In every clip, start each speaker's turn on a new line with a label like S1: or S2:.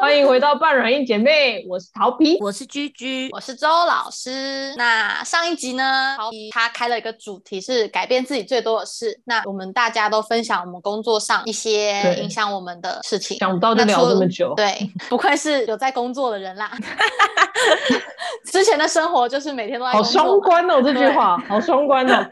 S1: 欢迎回到半软硬姐妹，我是桃皮。
S2: 我是居居，
S3: 我是周老师。那上一集呢，陶怡他开了一个主题是改变自己最多的事。那我们大家都分享我们工作上一些
S1: 对
S3: 影响我们的事情。
S1: 想不到就聊这么久，
S3: 对，不愧是有在工作的人啦。 之前的生活就是每天都在
S1: 好
S3: 工作
S1: 双
S3: 嘛。
S1: 关哦，这句话好双关 哦。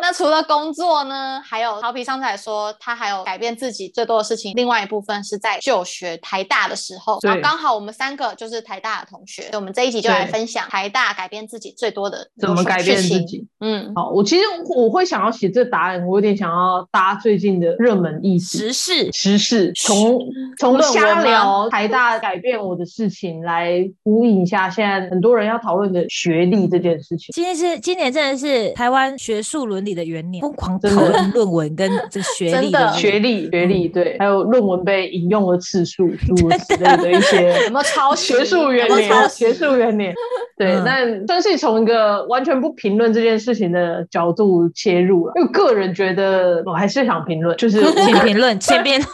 S3: 那除了工作呢，还有陶皮上次还说他还有改变自己最多的事情，另外一部分是在就学台大的时候，
S1: 对
S3: 然后刚好我们三个就是台大的同学，所以我们这一集就来
S1: 对
S3: 分享台大改变自己最多的
S1: 怎么改变
S3: 事
S1: 自
S3: 情。
S1: 己？
S3: 嗯，
S1: 好，我其实我会想要写这答案，我有点想要搭最近的热门议题。
S2: 时事
S1: 时事从从
S3: 论文
S1: 瞎
S3: 吗
S1: 聊台大改变我的事情来呼应一下现在很多人要讨论的学历这件事情。
S2: 今天是今年真的是台湾学术伦理的元年，疯狂讨
S1: 真的
S2: 论论文跟这学历
S3: 真的
S2: 问题
S1: 学历、学
S3: 嗯
S1: 历对，还有论文被引用的次数，诸如此类的一 些
S3: 有没有抄 袭？
S1: 学术元
S3: 有没有抄
S1: 年，
S3: 袭
S1: 学术元年。对，
S2: 嗯
S1: 但算是从一个完全不评论这件事情的角度切入了，因为个人觉得我还是想评论，就是
S2: 请
S1: 我
S2: 评论，请评论，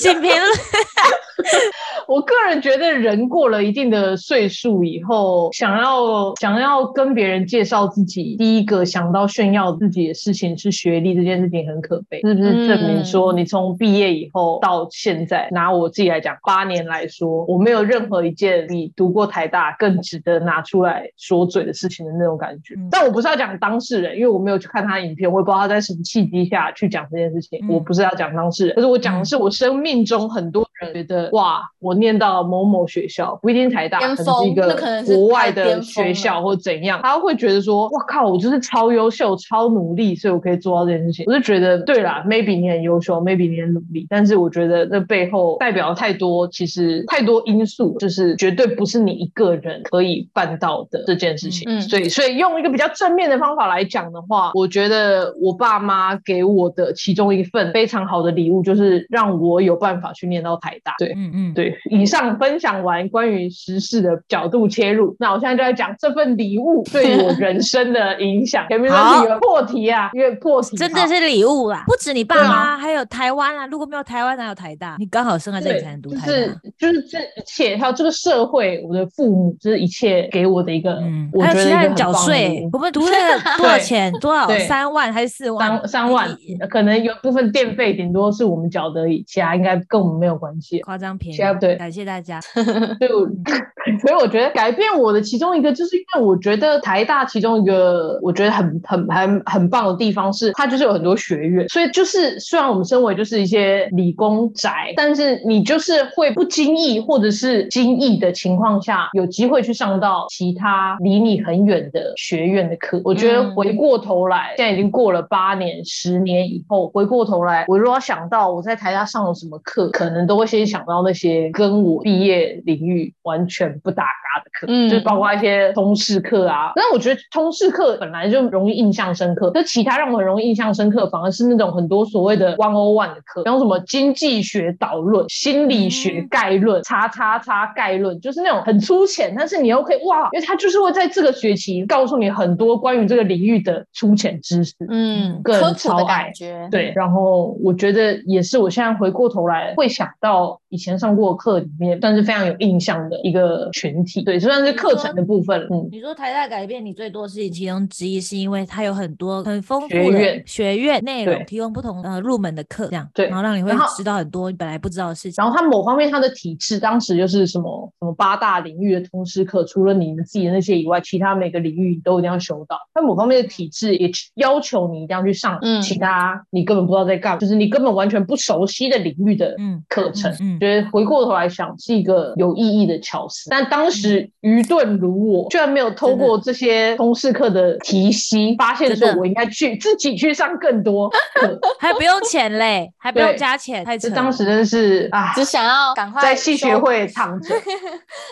S2: 请评论。
S1: 我个人觉得人过了一定的岁数以后，想要想要跟别人介绍自己，第一个想到炫耀自己的事情是学历这件事情很可悲，是不是
S2: 嗯
S1: 证明说你从毕业以后到现在，拿我自己来讲，八年来说，我没有任何一件比读过台大更值得拿出来说嘴的事情的那种感觉。
S2: 嗯
S1: 但我不是要讲当事人，因为我没有去看他的影片，我也不知道他在什么契机下去讲这件事情。
S2: 嗯
S1: 我不是要讲当事人，可是我讲的是
S3: 嗯
S1: 我生命中很多人觉得哇，我念到某某学校，不一定台大，
S3: 巅
S1: 可能是一
S3: 峰那可
S1: 个
S3: 能是
S1: 国外
S3: 他
S1: 的
S3: 的巅峰
S1: 学
S3: 了
S1: 校或怎样，他会觉得说，哇靠，我就是超优秀、超努力，所以我可以做到这件事情。我就觉得，对啦，maybe 你很优秀，maybe 你很努力，但是我觉得那背后代表太多，其实太多因素，就是绝对不是你一个人可以办到的这件事情。
S3: 嗯嗯
S1: 所以，所以用一个比较正面的方法来讲的话，我觉得我爸妈给我的其中一份非常好的礼物，就是让我有办法去念到台大。对，
S2: 嗯嗯，
S1: 对，以上分享完关于时事的角度切入，那我现在就在讲这份礼 物对我人生的影响。前面都
S2: 好
S1: 是有破题啊，因为破题
S2: 真的
S1: 好
S2: 是礼物啦，不止你爸
S1: 对啊
S2: 妈，还有台湾啊。如果没有台湾，哪有台大？你刚好生在这里才能读
S1: 就
S2: 台
S1: 是
S2: 大。
S1: 就是这一切，还有这个社会，我的父母，这、是一切给我的一个，
S2: 嗯，
S1: 我
S2: 还
S1: 觉
S2: 有
S1: 得
S2: 其
S1: 一
S2: 他
S1: 个
S2: 人
S1: 很
S2: 缴
S1: 棒的
S2: 税
S1: 礼物，
S2: 我们读那个多少
S1: 对
S2: 钱？多少？
S1: 对
S2: 三万还是四万？
S1: 三三万
S2: 一，
S1: 可能有部分电费顶多是我们缴的而已，其他应该跟我们没有关系。
S2: 夸张便宜
S1: 其他对。
S2: 感谢大家。
S1: 所以我，所以我觉得改变我的其中一个，就是因为我觉得台大其中一个我觉得很很很很棒的地方是，它就是有很多学院，所以就是虽然我们身为就是一些理工宅，但是你就是会不经意或者是经意的情况下，有机会去上到其他离你很远的学院的课。我觉得
S3: 嗯
S1: 回过头来，现在已经过了八年、十年以后，回过头来，我如果要想到我在台大上了什么课，可能都会先想到那些跟我毕业领域完全不搭嘎的课，
S3: 嗯
S1: 就是包括一些通识课啊。但我觉得通识课本来就容易印象深刻，但其他让我很容易印象深刻，反而是那种很多所谓的 one o one 的课，然后什么经济学导论、心理学概论、叉叉叉概论，就是那种很粗浅，但是你又可以哇，因为它就是会在这个学期告诉你很多关于这个领域的粗浅知识。
S3: 嗯，
S1: 个人
S3: 科普
S1: 超
S3: 的
S1: 爱
S3: 感觉。
S1: 对，然后我觉得也是，我现在回过头来会想到以前上过的课里面，算是非常有印象的一个群体。对，这算是课程的部分。嗯，
S2: 你说台大改变你最多的事情其中之一，是因为它有很多很丰富
S1: 学
S2: 的
S1: 院
S2: 学院内容
S1: 对，
S2: 提供不同呃入门的课，这样
S1: 对
S2: 然后让你会
S1: 然后
S2: 知道很多你本来不知道的事情。
S1: 然后它某方面它的体制，当时就是什么什么八大领域的通识课，除了你们自己的那些以外，其他每个领域你都一定要修到。它某方面的体
S2: 嗯
S1: 制也要求你一定要去上
S3: 嗯
S1: 其他你根本不知道在干嘛，就是你根本完全不熟悉的领域的
S2: 嗯
S1: 课程。
S2: 嗯，
S1: 觉得回过头来想是一个有意义的巧思，但当时
S2: 嗯
S1: 愚钝如我，居然没有透过这些通识课的提息，发现说
S2: 真的
S1: 我应该去自己去上更多 课。
S2: 还不用钱嘞，还不用
S1: 对
S2: 加钱，太扯
S1: 这
S2: 了。
S1: 当时真的是啊，
S3: 只想要赶快
S1: 在系学
S3: 收，
S1: 会躺着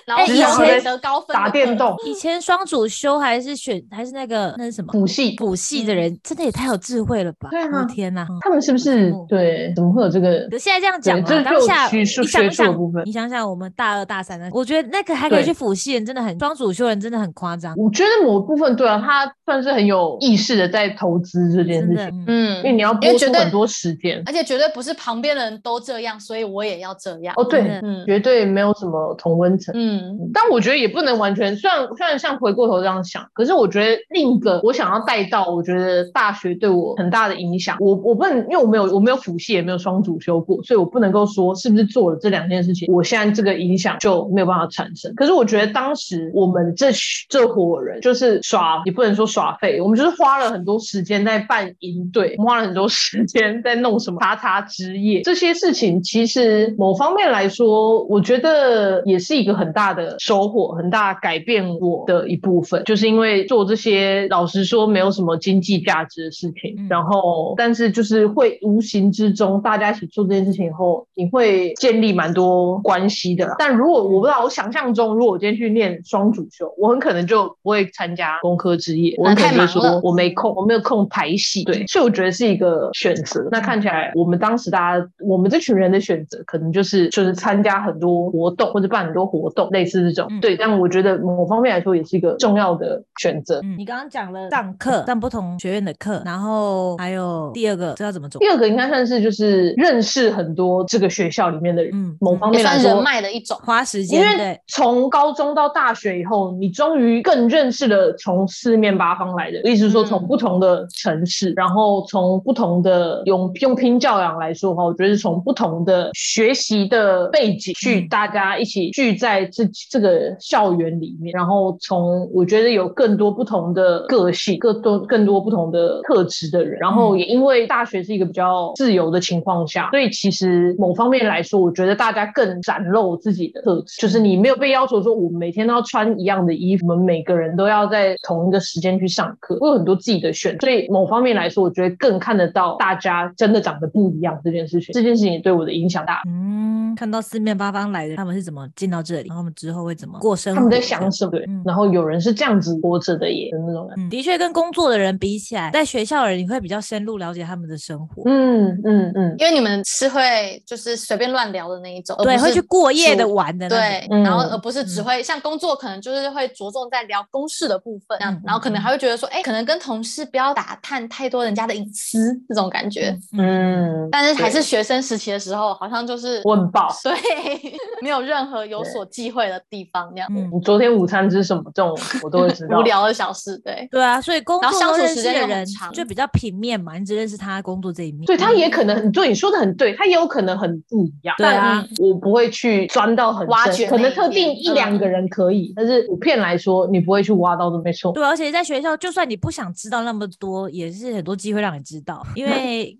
S3: 然后
S2: 哎
S3: 以
S2: 以
S3: 前
S2: 前
S3: 得高分的
S1: 打电动
S3: 课，
S2: 以前双主修还是选还是那个那是什么
S1: 补戏，
S2: 补系的人，真的也太有智慧了吧！
S1: 对啊
S2: 我的天哪、嗯
S1: 他们是不
S2: 羡
S1: 是
S2: 慕
S1: 对？怎么会有这个
S2: 可？现在这样讲
S1: 对这
S2: 啊，
S1: 就
S2: 当下下，
S1: 学术
S2: 你想
S1: 学术的
S2: 想
S1: 部分，
S2: 你想想我们大二大三的，我觉得那个还可以
S1: 对
S2: 去辅系人，真的很双主修人真的很夸张，
S1: 我觉得某部分对啊，他算是很有意识的在投资这件
S2: 真
S1: 事
S2: 的。
S1: 情，
S2: 嗯
S3: 嗯
S1: 因为，你要
S3: 因
S1: 播
S3: 为绝
S1: 出
S3: 对
S1: 很多时间。
S3: 而且绝对不是旁边的人都这样，所以我也要这样。
S1: 哦，
S2: 真
S1: 对
S2: 的，
S3: 嗯
S1: 绝对没有什么同温层。
S3: 嗯
S1: 但我觉得也不能完全，虽然虽然像回过头这样想，可是我觉得另一个我想要带到，我觉得大学对我很大的影响，我我不能，因为我没有我没有辅系，也没有双主修过，所以我不能够说是不是做了这两件事情，我现在这个影响就没有办法产生。可是我觉得当时我们这群这伙人就是耍，也不能说耍废，我们就是花了很多时间在办营队，我们花了很多时间在弄什么查查之夜这些事情，其实某方面来说，我觉得也是一个很大的收获，很大改变我的一部分，就是因为做这些老实说没有什么经济价值的事情，
S2: 嗯
S1: 然
S3: 哦
S1: 后但是就是会无形之中大家一起做这件事情以后，你会建立蛮多关系的啦。但如果我不知道，我想象中如果我今天去念双主修，我很可能就不会参加工科之夜，我
S3: 啊
S1: 可能
S3: 太
S1: 就
S3: 忙
S1: 说
S3: 了
S1: 我没空，我没有空排戏，对，所以我觉得是一个选择。那看起来我们当时大家，我们这群人的选择，可能就是就是参加很多活动或者办很多活动，类似这种，
S2: 嗯
S1: 对。但我觉得某方面来说也是一个重要的选择。
S2: 嗯，你刚刚讲了上课，上不同学院的课，然后还有第二个，这要怎么走
S1: 第？二个应该算是就是认识很多这个学校里面的人，
S2: 嗯
S1: 某方
S3: 也
S1: 面来
S3: 算
S1: 说
S3: 人脉的一种。
S2: 花时
S1: 因
S2: 间，
S1: 为
S2: 对，
S1: 从高中到大学以后，你终于更认识了从四面八方来的，意思是说
S3: 嗯
S1: 从不同的城市，然后从不同的用用拼教养来说的话，我觉得是从不同的学习的背景去，
S2: 嗯
S1: 大家一起聚在这这个校园里面，然后从我觉得有更多不同的个性，更多更多不同的特质的人，然后
S2: 嗯
S1: 也因为大学是一个比较自由的情况下，所以其实某方面来说，我觉得大家更展露自己的特质，就是你没有被要求说我每天都要穿一样的衣服，我们每个人都要在同一个时间去上课，会有很多自己的选择。所以某方面来说，我觉得更看得到大家真的长得不一样这件事情，这件事情也对我的影响大。
S2: 嗯，看到四面八方来的，他们是怎么进到这里，然后他们之后会怎么过生活？
S1: 他们在想什么？对
S2: 嗯
S1: 然后有人是这样子活着的耶，那种感觉。
S2: 嗯，的确跟工作的人比起来，在学校的人你会比较深入了解他们的生活，
S1: 嗯嗯嗯，
S3: 因为你们是会就是随便乱聊的那一种，而
S2: 对，
S3: 不
S2: 会
S3: 是
S2: 去过夜的
S3: 主
S2: 玩的那
S3: 对
S2: 种。，
S1: 嗯
S3: 然后而不是只
S2: 嗯
S3: 会像工作，可能就是会着重在聊公事的部分，这样
S2: 嗯
S3: 然后可能
S2: 嗯
S3: 还会觉得说，哎，可能跟同事不要打探太多人家的隐私这种感觉。
S1: 嗯，
S3: 但是还
S1: 对
S3: 是学生时期的时候，好像就是
S1: 我很爆。
S3: 所以 没有任何有
S1: 对
S3: 所忌讳的地方，这样
S2: 嗯，
S1: 你昨天午餐吃什么？这种我都会知道。
S3: 无聊的小事，对。
S2: 对啊，所以工
S3: 然后相
S2: 作都
S3: 处
S2: 认
S3: 时
S2: 识
S3: 间又
S2: 的
S3: 很
S2: 人
S3: 长
S2: 就比较平面嘛，你只认识他工作这一面。
S1: 对他
S2: 嗯
S1: 也可能很对，你说的很对，他也有可能很不一样。
S2: 对啊
S1: 但我不会去钻到很深
S3: 挖掘
S1: 可能
S3: 那一
S1: 特定
S3: 面
S1: 一两
S2: 嗯
S1: 个人可以，但是普遍来说，你不会去挖到的，没错。
S2: 对，而且在学校，就算你不想知道那么多，也是很多机会让你知道，因为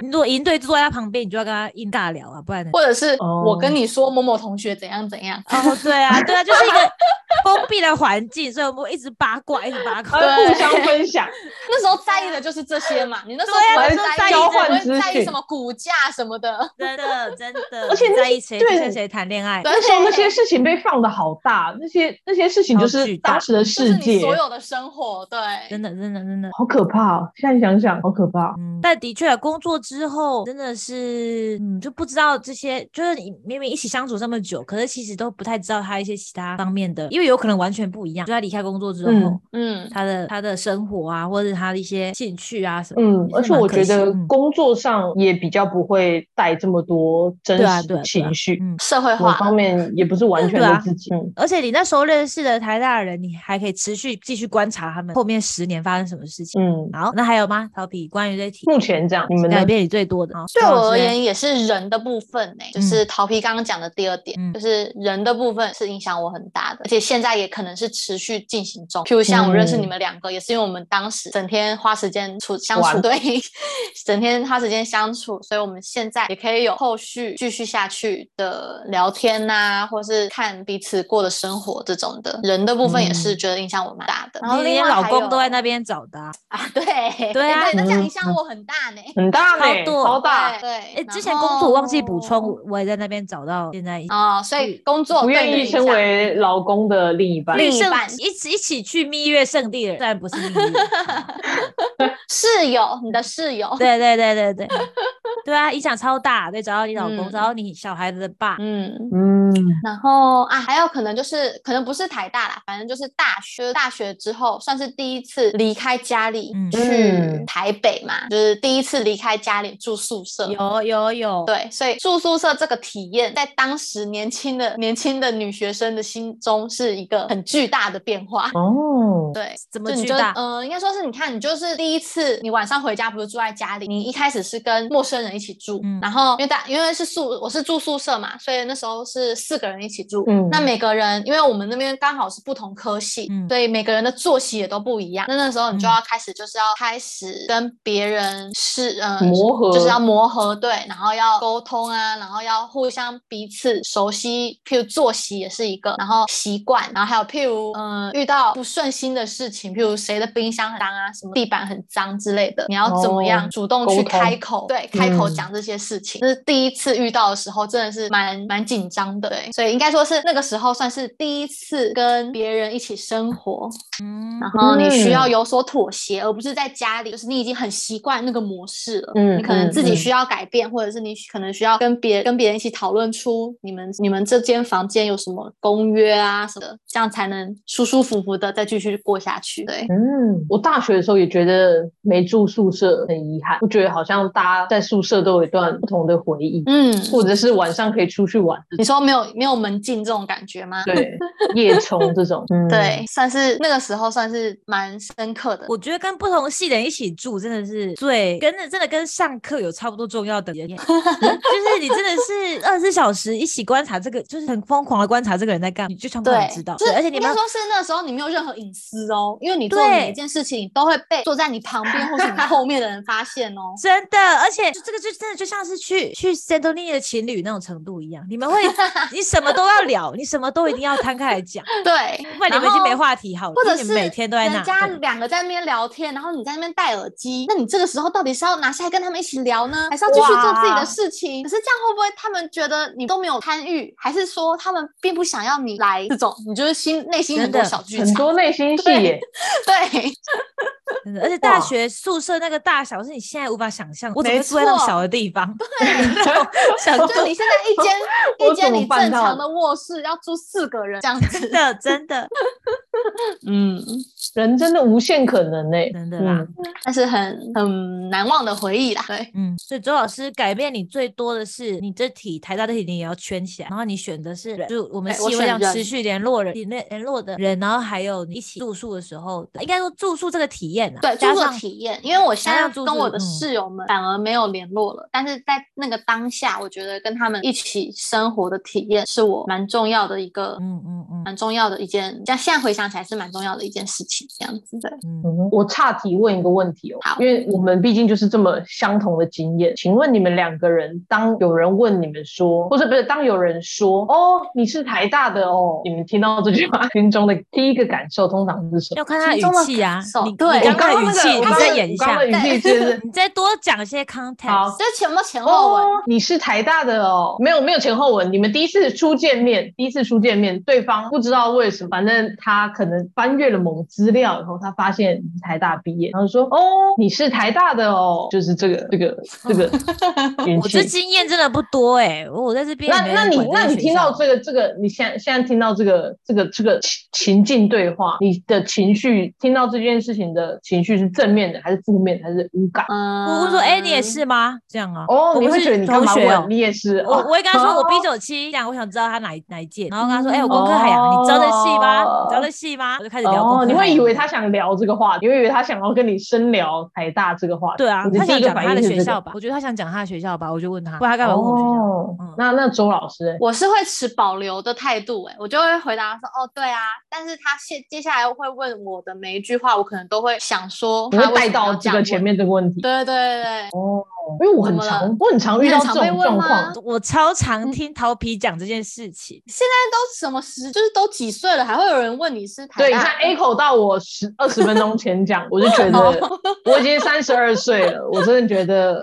S2: 如果营队坐在他旁边，你就要跟他硬尬聊啊，不然呢
S3: 或者是
S1: 哦
S3: 我跟你说某某同学怎样怎样，
S2: 哦，对啊，对啊，就是一个封闭的环境，所以我们会一直八卦，一直八卦。
S1: 而
S3: 对
S1: 互相分 享，
S3: 那时候在意的就是这些嘛。你那时候
S2: 对啊
S3: 不
S1: 那
S3: 会
S1: 时候
S3: 在意，
S1: 交
S3: 不
S1: 换
S3: 会
S1: 资
S3: 在意
S1: 讯哎
S3: 什么股价什么的。
S2: 真的，真的，
S1: 而且那
S2: 在意谁
S1: 对
S2: 跟谁谈恋爱，
S1: 那时 候那些事情被放的好大，那些那些事情就
S2: 超
S1: 是
S2: 巨大
S1: 当时的
S3: 就是
S1: 世
S3: 你
S1: 界，
S3: 所有的生活，对，
S2: 真的，真的，真的。
S1: 好可怕、哦。现在想想，好可怕。哦
S2: 嗯，但的确，工作之后真的是，嗯，就不知道这些，就是你明明一起相处这么久，可是其实都不太知道他一些其他方面的，因为有可能完全不一样。就他离开工作之后，
S1: 嗯
S3: 嗯，
S2: 他的他的生活啊，或者他的一些兴趣啊什么。
S1: 嗯，
S2: 也
S1: 而
S2: 是
S1: 且
S2: 蛮
S1: 我
S2: 可
S1: 觉
S2: 惜
S1: 得
S2: 嗯
S1: 工作上也比较不会带这么多真
S2: 对啊
S1: 实的
S2: 对啊对啊
S1: 情绪，
S2: 嗯
S3: 社会
S1: 某
S3: 化，
S1: 方面也不是完全
S2: 对
S1: 的
S2: 啊
S1: 自己。嗯
S2: 而且你那时候认识的台大人，你还可以持续继续观察他们后面十年发生什么事情。
S1: 嗯，
S2: 好，那还有吗？陶皮关于这题
S1: 目前这样，嗯你们呢
S2: 改？变你最多的，好
S3: 对
S2: 周老
S3: 我而
S2: 师嘞
S3: 言也是人的部分呢、就是桃皮刚刚讲的第二点，
S2: 嗯
S3: 就是人的部分是影响我很大的，而且现在也可能是持续进行中。譬如像我认
S2: 嗯
S3: 识你们两个，也是因为我们当时整天花时间处相处，
S1: 玩
S3: 对， 整天花时间相处，所以我们现在也可以有后续继续下去的聊天呐、或是看彼此过的生活这种的。人的部分也是
S1: 嗯
S3: 觉得影响我蛮大的。然
S2: 你
S3: 后另
S2: 连
S3: 外
S2: 老
S3: 还
S2: 公都
S3: 有
S2: 在那边找的、啊。
S3: 啊， 对
S2: 对啊
S3: 哎那这样
S1: 嗯
S3: 影响我很大 呢、
S1: 很大呢、
S2: 超多
S1: 超大，
S3: 对，
S2: 哎、
S3: 哎
S2: 之前工作我忘记补充，我我也在那边找到现在一。
S3: 哦，所以工作
S1: 嗯不愿
S3: 对
S1: 意
S3: 你
S1: 成
S3: 影响
S1: 为老公的另一半
S3: 另。一
S2: 圣
S3: 半
S2: 一起一起去蜜月圣地的人，虽然不是蜜月，
S3: 室友，你的室友，
S2: 对对对对对，对啊，影响超大，对，找到你老公，
S3: 嗯
S2: 找到你小孩子的爸，
S3: 嗯，
S1: 嗯，
S3: 然后啊，还有可能就是可能不是台大啦，反正就是大学，就是大学之后算是第一次离开家里
S2: 嗯
S3: 去台北嘛，就是第一次离开家里住宿舍。
S2: 有有有，
S3: 对，所以住宿舍这个体验，在当时年轻的年轻的女学生的心中是一个很巨大的变化。
S1: 哦，
S3: 对，
S2: 怎么
S3: 就你
S2: 巨
S3: 就
S2: 大？
S3: 嗯、应该说是你看，你就是第一次，你晚上回家不是住在家里，你一开始是跟陌生人一起住，
S2: 嗯
S3: 然后因为大因为是宿，我是住宿舍嘛，所以那时候是四个人一起住。
S1: 嗯
S3: 那每个人，因为我们那边刚好是不同科系，
S2: 嗯
S3: 所以每个人的作息也都不一样。那那时候你就要开始，就是要开始跟别人是嗯、呃
S1: 磨合
S3: 就是要磨合对，然后要沟通啊，然后要互相彼此熟悉，譬如作息也是一个，然后习惯，然后还有譬如嗯、呃遇到不顺心的事情，譬如谁的冰箱很脏啊，什么地板很脏之类的，你要怎么样
S1: 哦
S3: 主动
S1: 沟
S3: 去
S1: 通
S3: 开口，对，开口
S1: 嗯
S3: 讲这些事情。这、是第一次遇到的时候，真的是蛮蛮紧张的，对，所以应该说是那个时候算是第一次跟别人一起生活，
S2: 嗯
S3: 然后你需要
S1: 嗯
S3: 有所妥协，而不是在家里，就是你已经很习惯那个模式了。
S1: 嗯
S3: 你可能
S1: 嗯
S3: 自己
S1: 嗯
S3: 需要改变，或者是你可能需要跟别跟别人一起讨论出你们你们这间房间有什么公约啊什么的，这样才能舒舒服服的再继续过下去。对，
S1: 嗯，我大学的时候也觉得没住宿舍很遗憾，我觉得好像大家在宿舍都有一段不同的回忆，
S3: 嗯，
S1: 或者是晚上可以出去玩这种，
S3: 你说没有没有门禁这种感觉吗？
S1: 对，夜冲这种，嗯，
S3: 对，算是那个时候算是蛮深刻的。
S2: 我觉得跟不同系的人一起住，真的是最跟着真的跟上课有差不多重要的 人，就是你真的是二十四小时一起观察这个，就是很疯狂的观察这个人在干嘛，你就全部
S3: 对
S2: 想，知道。
S3: 就是
S2: 对，而且你
S3: 应该
S2: 们
S3: 说是那时候你没有任何隐私哦，因为你做的
S2: 对
S3: 每一件事情，你都会被坐在你旁边或是你后面的人发现哦。
S2: 真的，而且就这个就真的就像是去去 Santorini 的情侣那种程度一样，你们 会你什么都要聊，你什么都一定要摊开来讲，
S3: 对，
S2: 不然你们已经没话题好了，
S3: 或
S2: 因
S3: 者
S2: 为你
S3: 是
S2: 们每天都在那
S3: 人家
S2: 对
S3: 两个在那边聊天，然后你在那边戴耳机，那你这个时候到底是要拿下来跟他们一起聊呢，还是要继续做自己
S2: 哇
S3: 的事情？可是这样会不会他们觉得你都没有参与，还是说他们并不想要你来？这种你就是心内心很多
S2: 真的
S3: 小剧
S1: 很
S3: 场，
S1: 多内心戏
S3: 对
S1: 耶，
S3: 对，
S2: 真的，而且大
S1: 哇
S2: 学宿舍那个大小是你现在无法想象，我怎么
S3: 没
S2: 会住在那么
S3: 错
S2: 小的地方？ 我想
S3: 就你现在一间
S1: 我
S3: 一间
S1: 怎么
S3: 你
S1: 办
S3: 正
S1: 到
S3: 常的卧室要住四个人这样
S2: 真
S3: 子，
S2: 的真的
S3: 嗯，
S1: 人真的无限可能呢，
S2: 真的啦，
S3: 但是很很难忘的回忆啦，对。
S2: 嗯，所以周老师改变你最多的是你这题台大这题你也要圈起来，然后你选的是人就我们
S1: 哎
S3: 对我
S2: 希望
S3: 选人
S2: 持续联络人联联络的人，然后还有你一起住宿的时候，应该说住宿这个体验啊，
S3: 对，
S2: 加
S3: 住宿
S2: 上
S3: 体验，因为我现
S2: 加
S3: 在
S2: 上住
S3: 跟我
S2: 宿
S3: 的
S2: 嗯
S3: 室友们反而没有联络了，但是在那个当下，我觉得跟他们一起生活的体验是我蛮重要的一个，
S2: 嗯嗯嗯
S3: 蛮重要的一件，像现在回想起来是蛮重要的一件事情，这样子对。
S2: 嗯，
S1: 嗯，我岔提问一个问题哦，
S3: 好
S1: 因为我们毕竟就是这么相同的经验。请问你们两个人，当有人问你们说，或者不是当有人说“哦，你是台大的哦”，你们听到这句话心中的第一个感受通常是什么？
S2: 要看他的
S3: 心中的
S2: 语气啊
S3: 感，受
S2: 你你
S3: 对
S2: 刚
S1: 我刚
S2: 刚
S1: 刚
S2: 的语
S1: 那个
S2: 气，
S1: 我
S2: 你
S1: 刚刚
S2: 再
S1: 的
S2: 演一
S1: 我刚
S2: 下
S1: 刚，的语气就是
S2: 你再多讲一些
S1: 好
S2: context，
S3: 这前不前后欸文，
S1: 哦，你是台大的哦，没有没有前后文。你们第一次初见面，第一次初见面，对方不知道为什么，反正他可能翻阅了某资料，然后他发现你是台大毕业，然后说哦，你是台大的哦，就是这个这 个这个语
S2: 我这
S1: 气。
S2: 经验真的不多哎、我在这边
S1: 那
S2: 也没
S1: 那
S2: 人
S1: 你
S2: 管
S1: 那
S2: 个
S1: 你
S2: 学
S1: 听到
S2: 校
S1: 这个这个，你现在现在听到这个这个这个情情境对话，你的情绪听到这件事情的情绪是正面的还是负面的还是无感？
S3: 嗯，
S2: 我会说，哎、你也是吗？这样啊？
S1: 哦，
S2: 我
S1: 你
S2: 不
S1: 会觉得
S2: 是
S1: 你干
S2: 同
S1: 嘛
S2: 学哦
S1: 问？你也是，
S2: 我
S1: 哦
S2: 我会跟他说，我
S1: 哦
S2: B 九七，这样我想知道他哪一哪一届，然后跟他说，哎、
S3: 嗯
S2: 我功课海洋，你知道这戏吗？
S1: 哦
S2: 你知道这戏吗？我就开始聊功课海
S1: 哦，
S2: 洋。
S1: 你会以为他想聊这个话题，你会以为他想要跟你深聊台大这个话题。
S2: 对啊
S1: 你，的
S2: 他
S1: 第
S2: 想
S1: 一个
S2: 讲
S1: 反
S2: 他
S1: 应
S2: 的
S1: 是
S2: 学
S1: 这
S2: 校
S1: 个。
S2: 吧？我觉得他想讲他的学校吧，我就问他，不然他干嘛问我学校？
S1: 哦
S2: 嗯，
S1: 那那周老师，
S3: 我是会持保留的态度、欸，哎，我就会回答说，哦，对啊，但是他接接下来会问我的每一句话，我可能都会想说，
S1: 你
S3: 他
S1: 会
S3: 为什
S1: 带
S3: 么要
S1: 到
S3: 这
S1: 这
S3: 样
S1: 个前
S3: 问，
S1: 面这个问题，
S3: 对对对对，
S1: 因为我很
S3: 怎么了
S1: 常我很常遇到这
S3: 你很常
S1: 种
S3: 被问
S1: 状
S3: 吗
S1: 况。
S2: 我超常听桃皮讲这件事情，
S3: 都什么时，就是都几岁了，还会有人问你是台
S1: 对，你
S3: 大？
S1: 像
S2: 嗯
S1: A 口到我十二
S2: 哦
S1: 十分钟前讲，我就觉得我已经三十二岁了，我真的觉得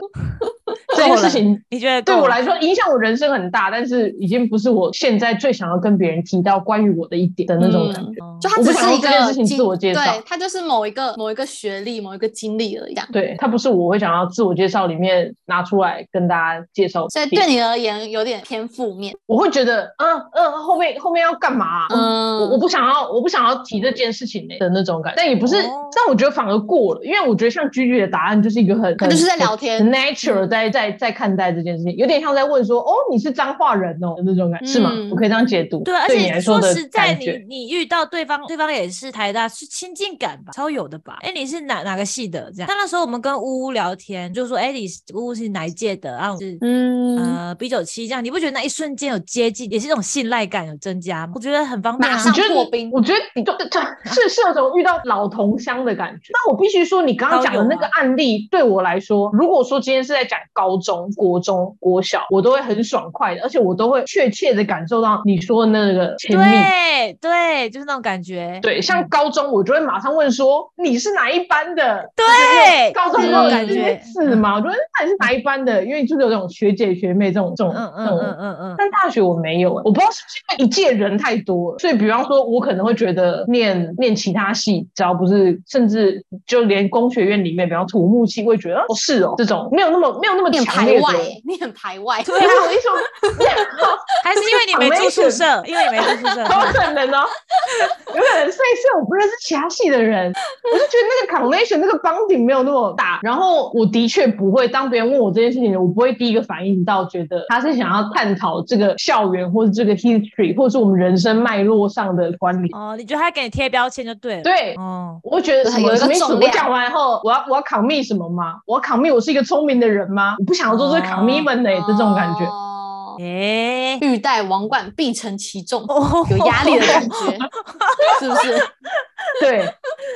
S1: 这件事情
S2: 你觉得
S1: 对
S2: 够
S1: 我
S2: 了
S1: 来说影响我人生很大，但是已经不是我现在最想要跟别人提到关于我的一点的那种感觉。
S3: 嗯
S2: 哦
S3: 就他
S1: 我不
S3: 只
S1: 想
S3: 是
S1: 用
S3: 一
S1: 这件
S3: 个
S1: 事情
S3: 经
S1: 自我介绍
S3: 对他就是某一个某一个学历、某一个经历而已。这样
S1: 对，它不是我会想要自我介绍里面拿出来跟大家介绍的
S3: 所以
S1: 点，
S3: 对你而言有点偏负面。
S1: 我会觉得，嗯嗯，后面后面要干嘛、
S3: 嗯，
S1: 我我不想要，我不想要提这件事情、欸、的那种感觉，但也不是，
S2: 哦
S1: 但我觉得反而过了，因为我觉得像居居的答案就是一个很，
S3: 他就是在聊天嗯
S1: 很很，nature 在在在看待这件事情，有点像在问说，哦，你是彰化人哦的那种感觉，是吗
S3: 嗯？
S1: 我可以这样解读，
S2: 对，啊而
S1: 你
S2: 且
S1: 来说的
S2: 实在
S1: 感
S2: 你，
S1: 觉。
S2: 你遇到对方，对方也是台大，是亲近感吧，超有的吧？哎，你是哪哪个系的？这样，那那时候我们跟呜呜聊天，就说，哎，你是呜呜是哪一届的？啊，我是。
S3: 嗯，
S2: 呃，B 九七这样，你不觉得那一瞬间有接近，也是一种信赖感有增加吗？我觉得很方便
S3: 马
S2: 啊。
S1: 我
S3: 上
S1: 觉得
S3: 破
S1: 你
S3: 冰
S1: 我觉得你都这 是是有种遇到老同乡的感觉。那我必须说，你刚刚讲的那个案例对我来说，如果说今天是在讲高中、国中、国小，我都会很爽快的，而且我都会确切的感受到你说的那个亲密
S2: 对对，就是那种感觉。
S1: 对，像高中我就会马上问说你是哪一班的？
S2: 对
S1: 高中
S3: 这
S1: 都
S3: 种
S1: 有
S3: 感
S1: 这些
S2: 觉
S1: 事嘛，我觉得那你是哪一班的？因为就是有这种学姐学妹这种这种
S2: 嗯
S1: 这
S2: 嗯嗯
S1: 种。
S2: 嗯嗯，
S1: 但大学我没有、欸，我不知道是不是因为一届人太多了，所以比方说，我可能会觉得念念其他系，只要不是，甚至就连工学院里面，比方土木系，会觉得哦是哦，这种没有那么没有那么
S3: 你很
S1: 强
S3: 排
S1: 烈的。
S3: 外欸，你很排外。
S1: 不是我一说，
S2: 还是因为你没住宿舍，因为你没住宿 舍。
S1: 有可能哦，有可能，所以是我不认识其他系的人，我就觉得那个 connection 那个 bonding 没有那么大。然后我的确不会，当别人问我这件事情，我不会第一个反应到觉得他是想要探讨这个校园或者这个 history 或者是我们人生脉络上的关联。
S2: 哦，你觉得他给你贴标签就对了。
S1: 对，
S2: 哦，
S1: 我觉得什么
S3: 有一
S1: 什
S3: 个
S1: 么意思？
S3: 重
S1: 我
S3: 量
S1: 讲完后，我要我要 c o m m i 什么吗？我要 c o m m i 我是一个聪明的人吗？我不想要做这个
S2: 哦
S1: c o m m i t m e n 呢、这种感觉。
S3: 哦
S2: 哎，
S3: 欲戴王冠，必承其重，
S2: 哦，
S3: 有压力的感觉， 是不是？
S1: 对，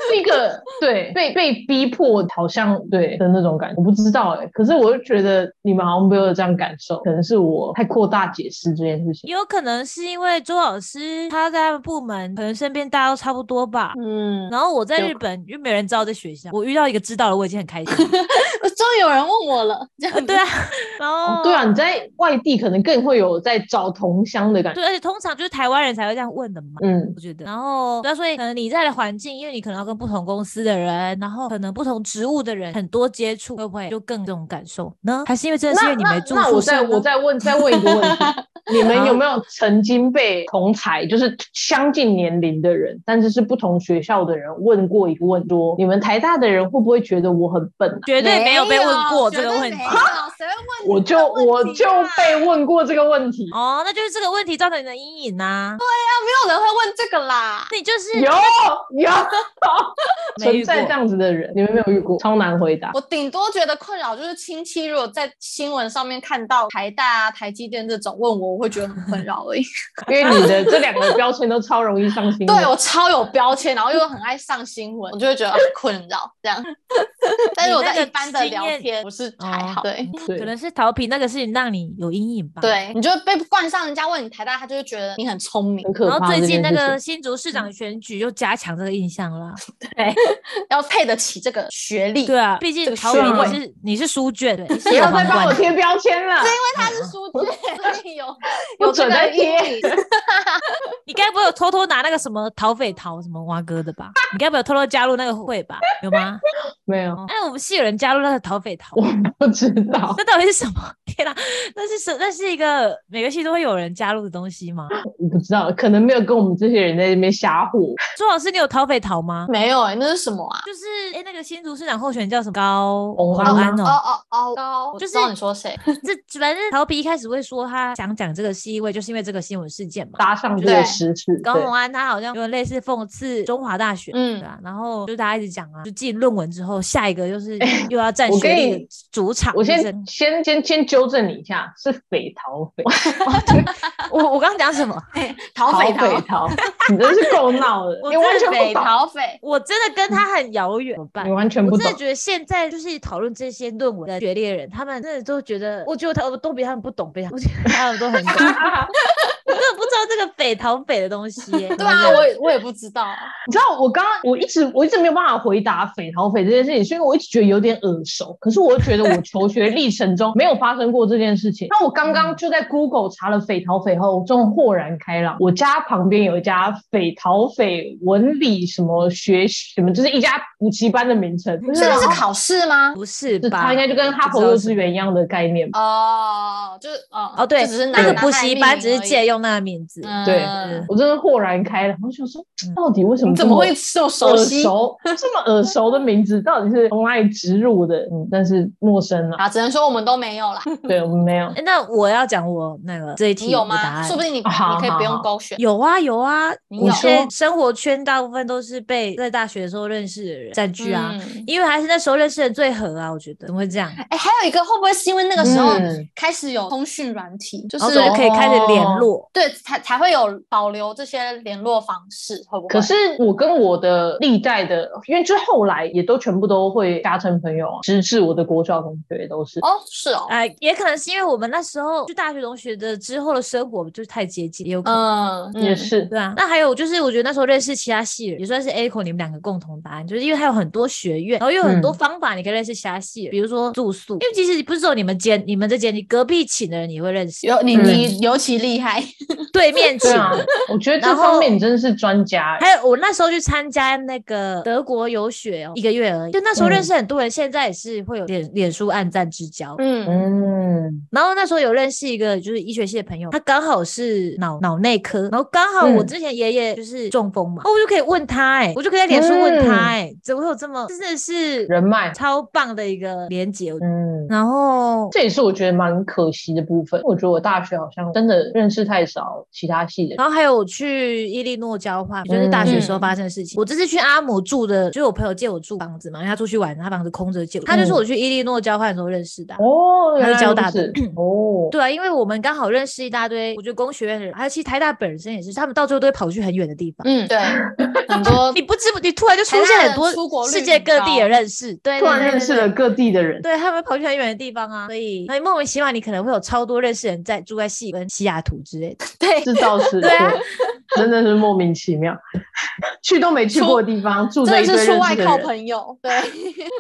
S1: 是一 个对被被逼迫好像对的那种感觉，我不知道哎、可是我就觉得你们好像没有这样感受，可能是我太扩大解释这件事情。
S2: 也有可能是因为周老师他在他们部门，可能身边大家都差不多吧。
S3: 嗯，
S2: 然后我在
S1: 有
S2: 日本，因为没人知道我在学校，我遇到一个知道了，我已经很开心。
S3: 呃终于有人问我了，这
S1: 呃
S3: 样
S2: 对
S3: 子
S2: 啊，然后、
S1: 哦对啊，你在外地可能更会有在找同乡的感觉。
S2: 对而且通常就是台湾人才会这样问的嘛。
S1: 嗯，
S2: 我觉得，然后对啊，所以可能你在的环境，因为你可能要跟不同公司的人，然后可能不同职务的人很多接触，会不会就更这种感受呢？还是因为真的是因
S1: 那
S2: 为你没
S1: 那
S2: 住
S1: 那我
S2: 宿
S1: 再
S2: 舍
S1: 我
S2: 呢？
S1: 再问再问一个问 题，你们有没有曾经被同才，就是相近年龄的人，但是是不同学校的人问过一个问说，你们台大的人会不会觉得我很笨啊？
S2: 绝对没有被问过这个问
S3: 绝对
S2: 题
S3: 没。有谁会问你
S1: 我就
S3: 这个
S1: 我
S3: 问题
S1: 就
S3: 啊
S1: 被问过这个问题，
S2: 哦，那就是这个问题造成你的阴影呐、
S3: 没有人会问这个啦。
S2: 那你就是
S1: 有有
S2: 没
S1: 存
S2: 遇过
S1: 在这样子的人，你们没有遇过，超难回答。
S3: 我顶多觉得困扰就是亲戚如果在新闻上面看到台大、啊、台积电这种问我，我会觉得很困扰而已。
S1: 因为你的这两个标签都超容易上心。
S3: 对我超有标签，然后又很爱上新闻，我就会觉得很困扰这样。但是我在一般的聊
S2: 经验
S3: 天不是还好，
S2: 哦
S3: 对。
S1: 对
S2: 可能是调皮那个事情让你有阴影吧。。
S3: 对，你就会被冠上人家问你台大，他就会觉得你很聪明
S1: 很，可
S2: 然后
S1: 怕。
S2: 最近那
S1: 这件
S2: 个
S1: 事情
S2: 新竹市
S1: 嗯
S2: 长选举又加强这个印象了。
S3: 要配得起这个学历。
S2: 对，啊，毕
S3: 这
S2: 竟
S3: 个
S2: 陶
S1: 学
S2: 明
S1: 位
S2: 你是你是书卷，对你是
S1: 不
S2: 有
S1: 要
S2: 皇
S1: 再帮
S2: 冠
S1: 我
S2: 的。
S1: 贴标签了，
S3: 他是书记，所以有
S1: 不
S3: 有这
S1: 准
S3: 个
S1: 再贴。
S3: 阴影。
S2: 你该不会有偷偷拿那个什么逃匪逃什么蛙哥的吧？你该不会有偷偷加入那个会吧？有吗？
S1: 没有，
S2: 哦哎，我们系有人加入那个逃匪逃
S1: 我，不知道。
S2: 那到底是什么？ 天哪，那是什？那是一个每个系都会有人加入的东西吗？
S1: 我不知道，可能没有跟我们这些人在那边瞎唬。
S2: 周老师，你有逃匪逃吗？
S3: 没有哎、那是什么啊？
S2: 就是哎、那个新竹市长候选人叫什么高
S1: 洪
S2: 洪
S1: 安
S2: 安
S3: 哦
S2: 哦，
S3: 哦哦，高，我
S2: 就
S3: 知道
S2: 是
S3: 你说谁？
S2: 这反正陶皮一开始会说他想讲这个戏位，就是因为这个新闻事件嘛。
S1: 搭上这个时事，
S2: 高
S1: 对
S2: 洪安他好像有点类似讽刺中华大学，
S3: 嗯
S2: 对啊，然后就大家一直讲啊，就进论文之后，下一个就是又要占
S1: 我
S2: 学
S1: 跟
S2: 历
S1: 你
S2: 的主场
S1: 我
S2: 之
S1: 先
S2: 争。
S1: 先先先纠正你一下，是匪逃匪，
S2: 我我刚刚讲什么？
S3: 逃匪逃
S1: 匪逃，你真是够闹的，
S2: 我
S1: 你完全
S3: 匪
S1: 不懂，
S3: 逃匪，
S2: 我真的跟他很遥远，怎么办
S1: 你？完全不
S2: 我真
S1: 懂
S2: 的。觉得现在就是讨论这些论文的学历的人，他们真的都觉得，我觉得他们都比他们不懂，比他，我觉得他们都很懂。根本不知道这个北逃北的东西耶、
S3: 对啊，我也我也不知道，
S1: 你知道我刚刚我一直我一直没有办法回答匪逃匪这件事情，是因为我一直觉得有点耳熟，可是我又觉得我求学历程中没有发生过这件事情。那我刚刚就在 Google 查了匪逃匪后，我终于豁然开朗。我家旁边有一家匪逃匪文理什么学什么，就是一家补习班的名称，
S2: 嗯
S1: 就是
S3: 这
S2: 啊
S3: 个是考试吗？
S2: 不是吧？
S1: 它应该就跟哈佛幼稚园一样的概念吧。
S3: 哦，就是哦
S2: 哦，对，
S3: 就只是拿
S2: 那个
S3: 拿
S2: 补
S3: 来
S2: 习
S3: 命
S2: 班
S3: 名
S2: 只是
S3: 而已
S2: 借用那个名字，
S3: 嗯
S1: 对我真的豁然开朗，我想说，到底为什么
S3: 你
S1: 这
S3: 怎么会这么熟
S1: 耳
S3: 悉？
S1: 熟这么耳熟的名字，到底是从哪里植入的？嗯，但是陌生了、
S3: 啊，只能说我们都没有 啦。
S1: 对我们没有。
S2: 诶那我要讲我那个这一题
S3: 你有
S2: 的答
S3: 吗？
S2: 案
S3: 说不定你
S1: 哦好
S3: 你可以
S1: 好
S3: 不用
S1: 好
S3: 勾选。
S2: 有啊有啊，
S3: 你
S2: 我
S3: 有
S2: 现在生活圈大部分都是被在大学的时候认识的人占据啊，
S3: 嗯
S2: 因为还是那时候认识的最合啊，我觉得怎么会这样？
S3: 哎、还有一个会不会是因为那个时候
S1: 嗯
S3: 开始有通讯软体，就
S2: 然后
S3: 是
S2: 所以可以开始联
S1: 哦
S2: 络，
S3: 对才才会有保留这些联络方式，会不会？
S1: 可是我跟我的历代的，因为就是后来也都全部都会加成朋友啊，直至我的国小同学也都是。
S3: 哦，是哦，
S2: 哎、也可能是因为我们那时候去大学同学的之后的生活就是太接近，也有可能。
S3: 嗯，嗯
S1: 也是，
S2: 对啊，那还有就是，我觉得那时候认识其他系人，也算是 A 口你们两个共同答案，就是因为它有很多学院，然后又有很多
S1: 嗯
S2: 方法你可以认识其他系人，比如说住宿，因为其实不是只有你们间，你们这间，你隔壁寝的人你会认识，
S3: 有你
S1: 嗯
S3: 你尤其厉害，
S2: 对面
S1: 对
S2: 寝的
S1: 啊，我觉得这
S2: 然后
S1: 方面你真的是专家、欸。
S2: 还有我那时候去参加那个德国游学哦，一个月而已。就那时候认识很多人，现在也是会有脸脸书暗赞之交。
S3: 嗯，
S1: 嗯，
S2: 然后那时候有认识一个就是医学系的朋友，他刚好是脑脑内科，然后刚好我
S1: 嗯
S2: 之前爷爷就是中风嘛，哦我就可以问他哎、我就可以在脸书问他
S1: 嗯
S2: 哎、怎么会有这么真的是
S1: 人脉，
S2: 超棒的一个连接。
S1: 嗯，
S2: 然后
S1: 这也是我觉得蛮可惜的部分。我觉得我大学好像真的认识太少其他系的人。
S2: 然后还有我去伊利诺交换，就是大学时
S3: 嗯
S2: 候发生的事情。我这次去阿姆住的，就是我朋友借我住房子嘛，因为他出去玩，他房子空着借我。他
S3: 嗯
S2: 就是我去伊利诺交换的时候认识的啊、
S1: 哦，原
S2: 他是
S1: 来
S2: 交
S1: 如
S2: 大
S1: 此。哦，
S2: 对啊，因为我们刚好认识一大堆，我觉得工学院的人，还有其实台大本身也是，他们到最后都会跑去很远的地方。
S3: 嗯，对，很多
S2: 你不知不，你突然就出
S3: 台大
S2: 现
S3: 人
S2: 很
S3: 出
S2: 多
S3: 国率
S2: 世界各地
S3: 很
S2: 的
S3: 高
S2: 认识，对，
S1: 突然
S2: 对对
S1: 认识了
S2: 对
S1: 各地的人。
S2: 对，他们跑去很远的地方啊，所以所以莫名其妙，你可能会有超多认识人在住在西跟西雅图之类的。
S3: 对，
S1: 这倒是
S2: 对啊，
S1: 真的是莫名其妙， 去都没去过的地方，住着
S3: 真
S1: 一
S3: 的
S1: 堆
S3: 是出
S1: 认识
S3: 外
S1: 的
S3: 靠
S1: 人
S3: 朋友，对，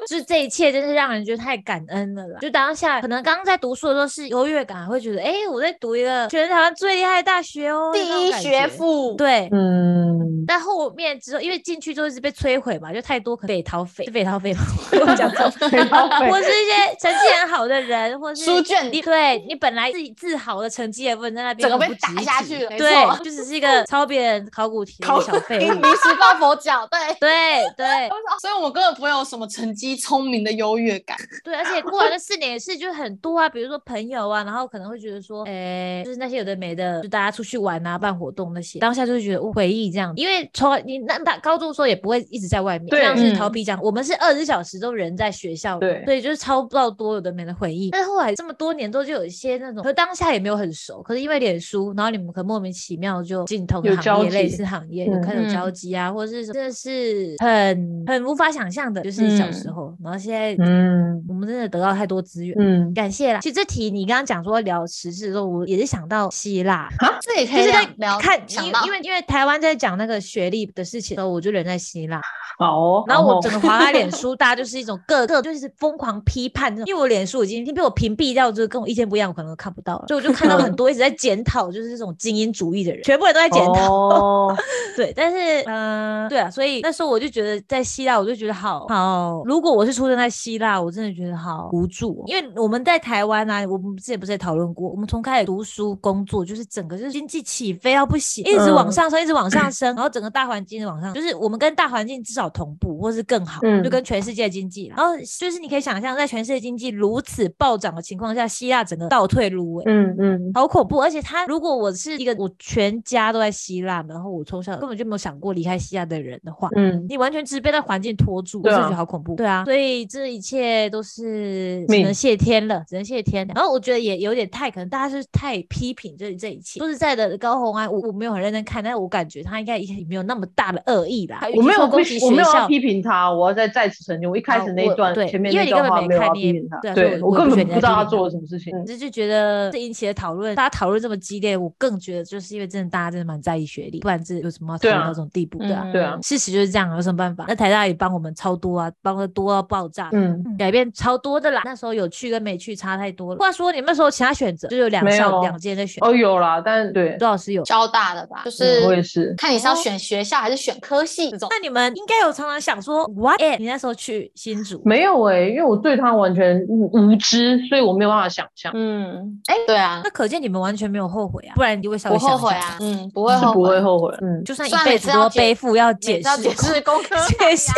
S2: 就是这一切真是让人觉得太感恩了啦！就当下可能刚刚在读书的时候是优越感，会觉得哎、诶我在读一个全台湾最厉害的大学哦，那种
S3: 第一
S2: 感
S3: 学
S2: 觉。
S3: 府，，
S2: 对，
S1: 嗯，
S2: 但后面之后因为进去之后是被摧毁嘛，就太多可北逃匪，是北逃匪吗？ 我 讲 错。或
S1: 我
S2: 是一些成绩很好的人，或是
S3: 书卷
S2: 你对你本来自己自豪的成绩也不能在那边
S3: 整个被
S2: 不
S3: 打
S2: 及
S3: 下
S2: 格
S3: 去了没错
S2: 对，就只是一个抄别人考古题的
S3: 考
S2: 小废
S3: 临
S2: 物，
S3: 时抱佛脚，对，
S2: 对对，
S3: 所以我们根本不会有什么成绩聪明的优越感，
S2: 对，而且过完了四年也是，就很多啊，比如说朋友啊，然后可能会觉得说，诶、就是那些有的没的，就大家出去玩啊，办活动那些，当下就会觉得哦回忆这样，因为从来你那大高中的时候也不会一直在外面，
S1: 对
S2: 像是
S3: 嗯
S2: 逃避这样，我们是二十小时都人在学校，
S1: 对
S2: 对，就是超不到多有的没的回忆。但是后来这么多年之后，就有一些那种，可当下也没有很熟，可是因为脸书，然后你们可能莫名其妙就进同
S1: 有
S2: 个
S1: 交
S2: 行业，类
S1: 集
S2: 似行业
S1: 嗯
S2: 就开始有交
S3: 嗯
S2: 集啊，或者是真的是很很无法想象的，就是小时
S3: 嗯
S2: 候，然后现在
S1: 嗯
S2: 我们真的得到太多资源。
S1: 嗯，
S2: 感谢啦！其实这题你刚刚讲说聊时事的时候，我也是想到希腊，
S3: 这也
S2: 就
S3: 可以
S2: 是在
S1: 哦
S3: 聊
S2: 看，
S3: 想
S2: 因
S3: 到
S2: 因为因为台湾在讲那个学历的事情的时候，我就人在希腊，
S1: 好哦，
S2: 然后我整个滑开脸书，大家就是一种各 个就是疯狂批判那种，因为我脸书已经被我屏蔽掉，就是跟我意见不一样，我可能都看不到了，所以我就看到很多一直在检讨，就是这种精英主义的人，全部人都在检讨。
S1: 哦，
S2: 对，但是嗯、呃对啊，所以那时候我就觉得在希腊，我就觉得好好。如果我是出生在希腊，我真的觉得好无助哦、因为我们在台湾啊，我们之前不是也讨论过，我们从开始读书、工作，就是整个就是经济起飞到不行，一直往
S1: 嗯
S2: 上升，一直往上升，然后整个大环境往上，就是我们跟大环境至少同步，或是更好，
S1: 嗯
S2: 就跟全世界经济啦。然后就是你可以想象，在全世界经济如此暴涨的情况下，希腊整个倒退路尾。
S1: 嗯嗯，
S2: 好恐怖！而且他如果我是一个我全家都在希腊，然后我从小根本就没有想过离开来西亚的人的话，
S1: 嗯，
S2: 你完全只是被那环境拖住，
S1: 对啊
S2: 我真的觉得好恐怖。对啊，所以这一切都是只
S1: 命
S2: 能谢天了，只能谢天。然后我觉得也有点太，可能大家是太批评这这一切。说实在的，高红安，我我没有很认真看，但是我感觉他应该也没有那么大的恶意啦。他与
S1: 我
S2: 其
S1: 没有
S2: 说攻
S1: 不
S2: 击
S1: 我没
S2: 学
S1: 有要
S2: 校。啊
S1: 批评他，我要再再次澄清，我一开始那一段
S2: 我对
S1: 前面
S2: 因
S1: 那
S2: 为你
S1: 段
S2: 根
S1: 话
S2: 本没
S1: 没有
S2: 看
S1: 要
S2: 你也
S1: 批评他，
S2: 对啊所以
S1: 对
S2: 我
S1: 根
S2: 我不觉
S1: 本
S2: 得
S1: 不知
S2: 你在
S1: 道他
S2: 批评
S1: 做了什么事情。
S2: 只是就觉得这引起的讨论，大家讨论这么激烈，我更觉得就是因为真的大家真的蛮在意学历，不然这有什么要讨
S1: 对啊
S2: 论到这种地步？对啊，
S1: 对啊
S2: 事实就是这样，有什么办法？那台大也帮我们超多啊，帮的多到爆炸。
S1: 嗯，
S2: 改变超多的啦，那时候有去跟没去差太多了。话说你们那时候其他选择就有两
S1: 没
S2: 校
S1: 有
S2: 两间在选，
S1: 哦有啦，但对，
S2: 周老师有。
S3: 交大的吧，就
S1: 嗯我也
S3: 是
S1: 是，
S3: 看你是要选学校还是选科系这种。
S2: 那你们应该有常常想说，what？if？你那时候去新竹，
S1: 没有哎、因为我对他完全无无知，所以我没有办法想象，
S3: 嗯，哎，对啊，
S2: 那可见你们完全没有后悔啊，不然你会稍微
S3: 不
S2: 想
S3: 后
S2: 一
S3: 悔
S2: 下
S3: 啊，，嗯，不会后
S1: 是
S3: 悔，
S1: 不会后悔。嗯，
S2: 就算一
S3: 虽然
S2: 辈
S3: 每
S2: 子
S3: 次
S2: 都
S3: 要
S2: 要
S3: 解
S2: 背负要
S3: 每
S2: 解
S3: 次要
S2: 释，
S3: 解 释功课，
S2: 解释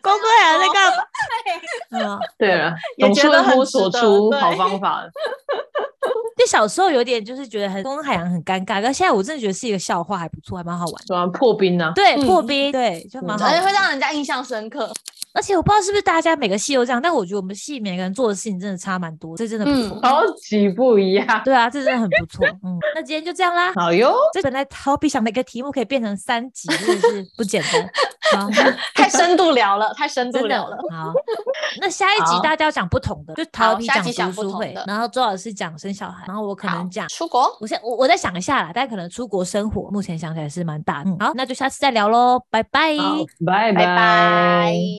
S2: 工作人
S3: 哦
S2: 员在 干嘛？嗯，
S1: 对了，
S3: 也
S1: 总
S3: 觉
S1: 是
S3: 得
S1: 会
S3: 很
S1: 摸
S3: 值
S1: 索
S3: 得
S1: 出
S3: 对
S1: 好方法。
S2: 就小时候有点就是觉得很公海洋很尴尬，但现在我真的觉得是一个笑话，还不错，还蛮好玩。
S1: 什么破冰啊？
S2: 对，
S3: 嗯
S2: 破冰，对，就蛮好
S3: 而且
S2: 玩
S3: 会
S2: 的。
S3: 让人家印象深刻。
S2: 而且我不知道是不是大家每个系都这样，但我觉得我们系每个人做的事情真的差蛮多，这真的不错。
S3: 嗯，
S1: 超级不一样。
S2: 对啊，这真的很不错。嗯，那今天就这样啦。
S1: 好哟，
S2: 这本来逃避想的一个题目可以变成三集，真的是不简 单。好，
S3: 太深度聊了，太深度
S2: 真的
S3: 聊了。
S2: 好，那下一集
S1: 好
S2: 大家要讲不同的，就逃
S3: 好
S2: 避
S3: 下集
S2: 讲
S3: 讲不
S2: 读书
S3: 同
S2: 会
S3: 的，
S2: 然后周老师讲生小孩，然后我可能
S3: 好
S2: 讲
S3: 出国，
S2: 我先我我再想一下啦，但可能出国生活，目前想起来是蛮大的。嗯好，那就下次再聊喽，拜拜。
S1: 好，拜
S3: 拜拜。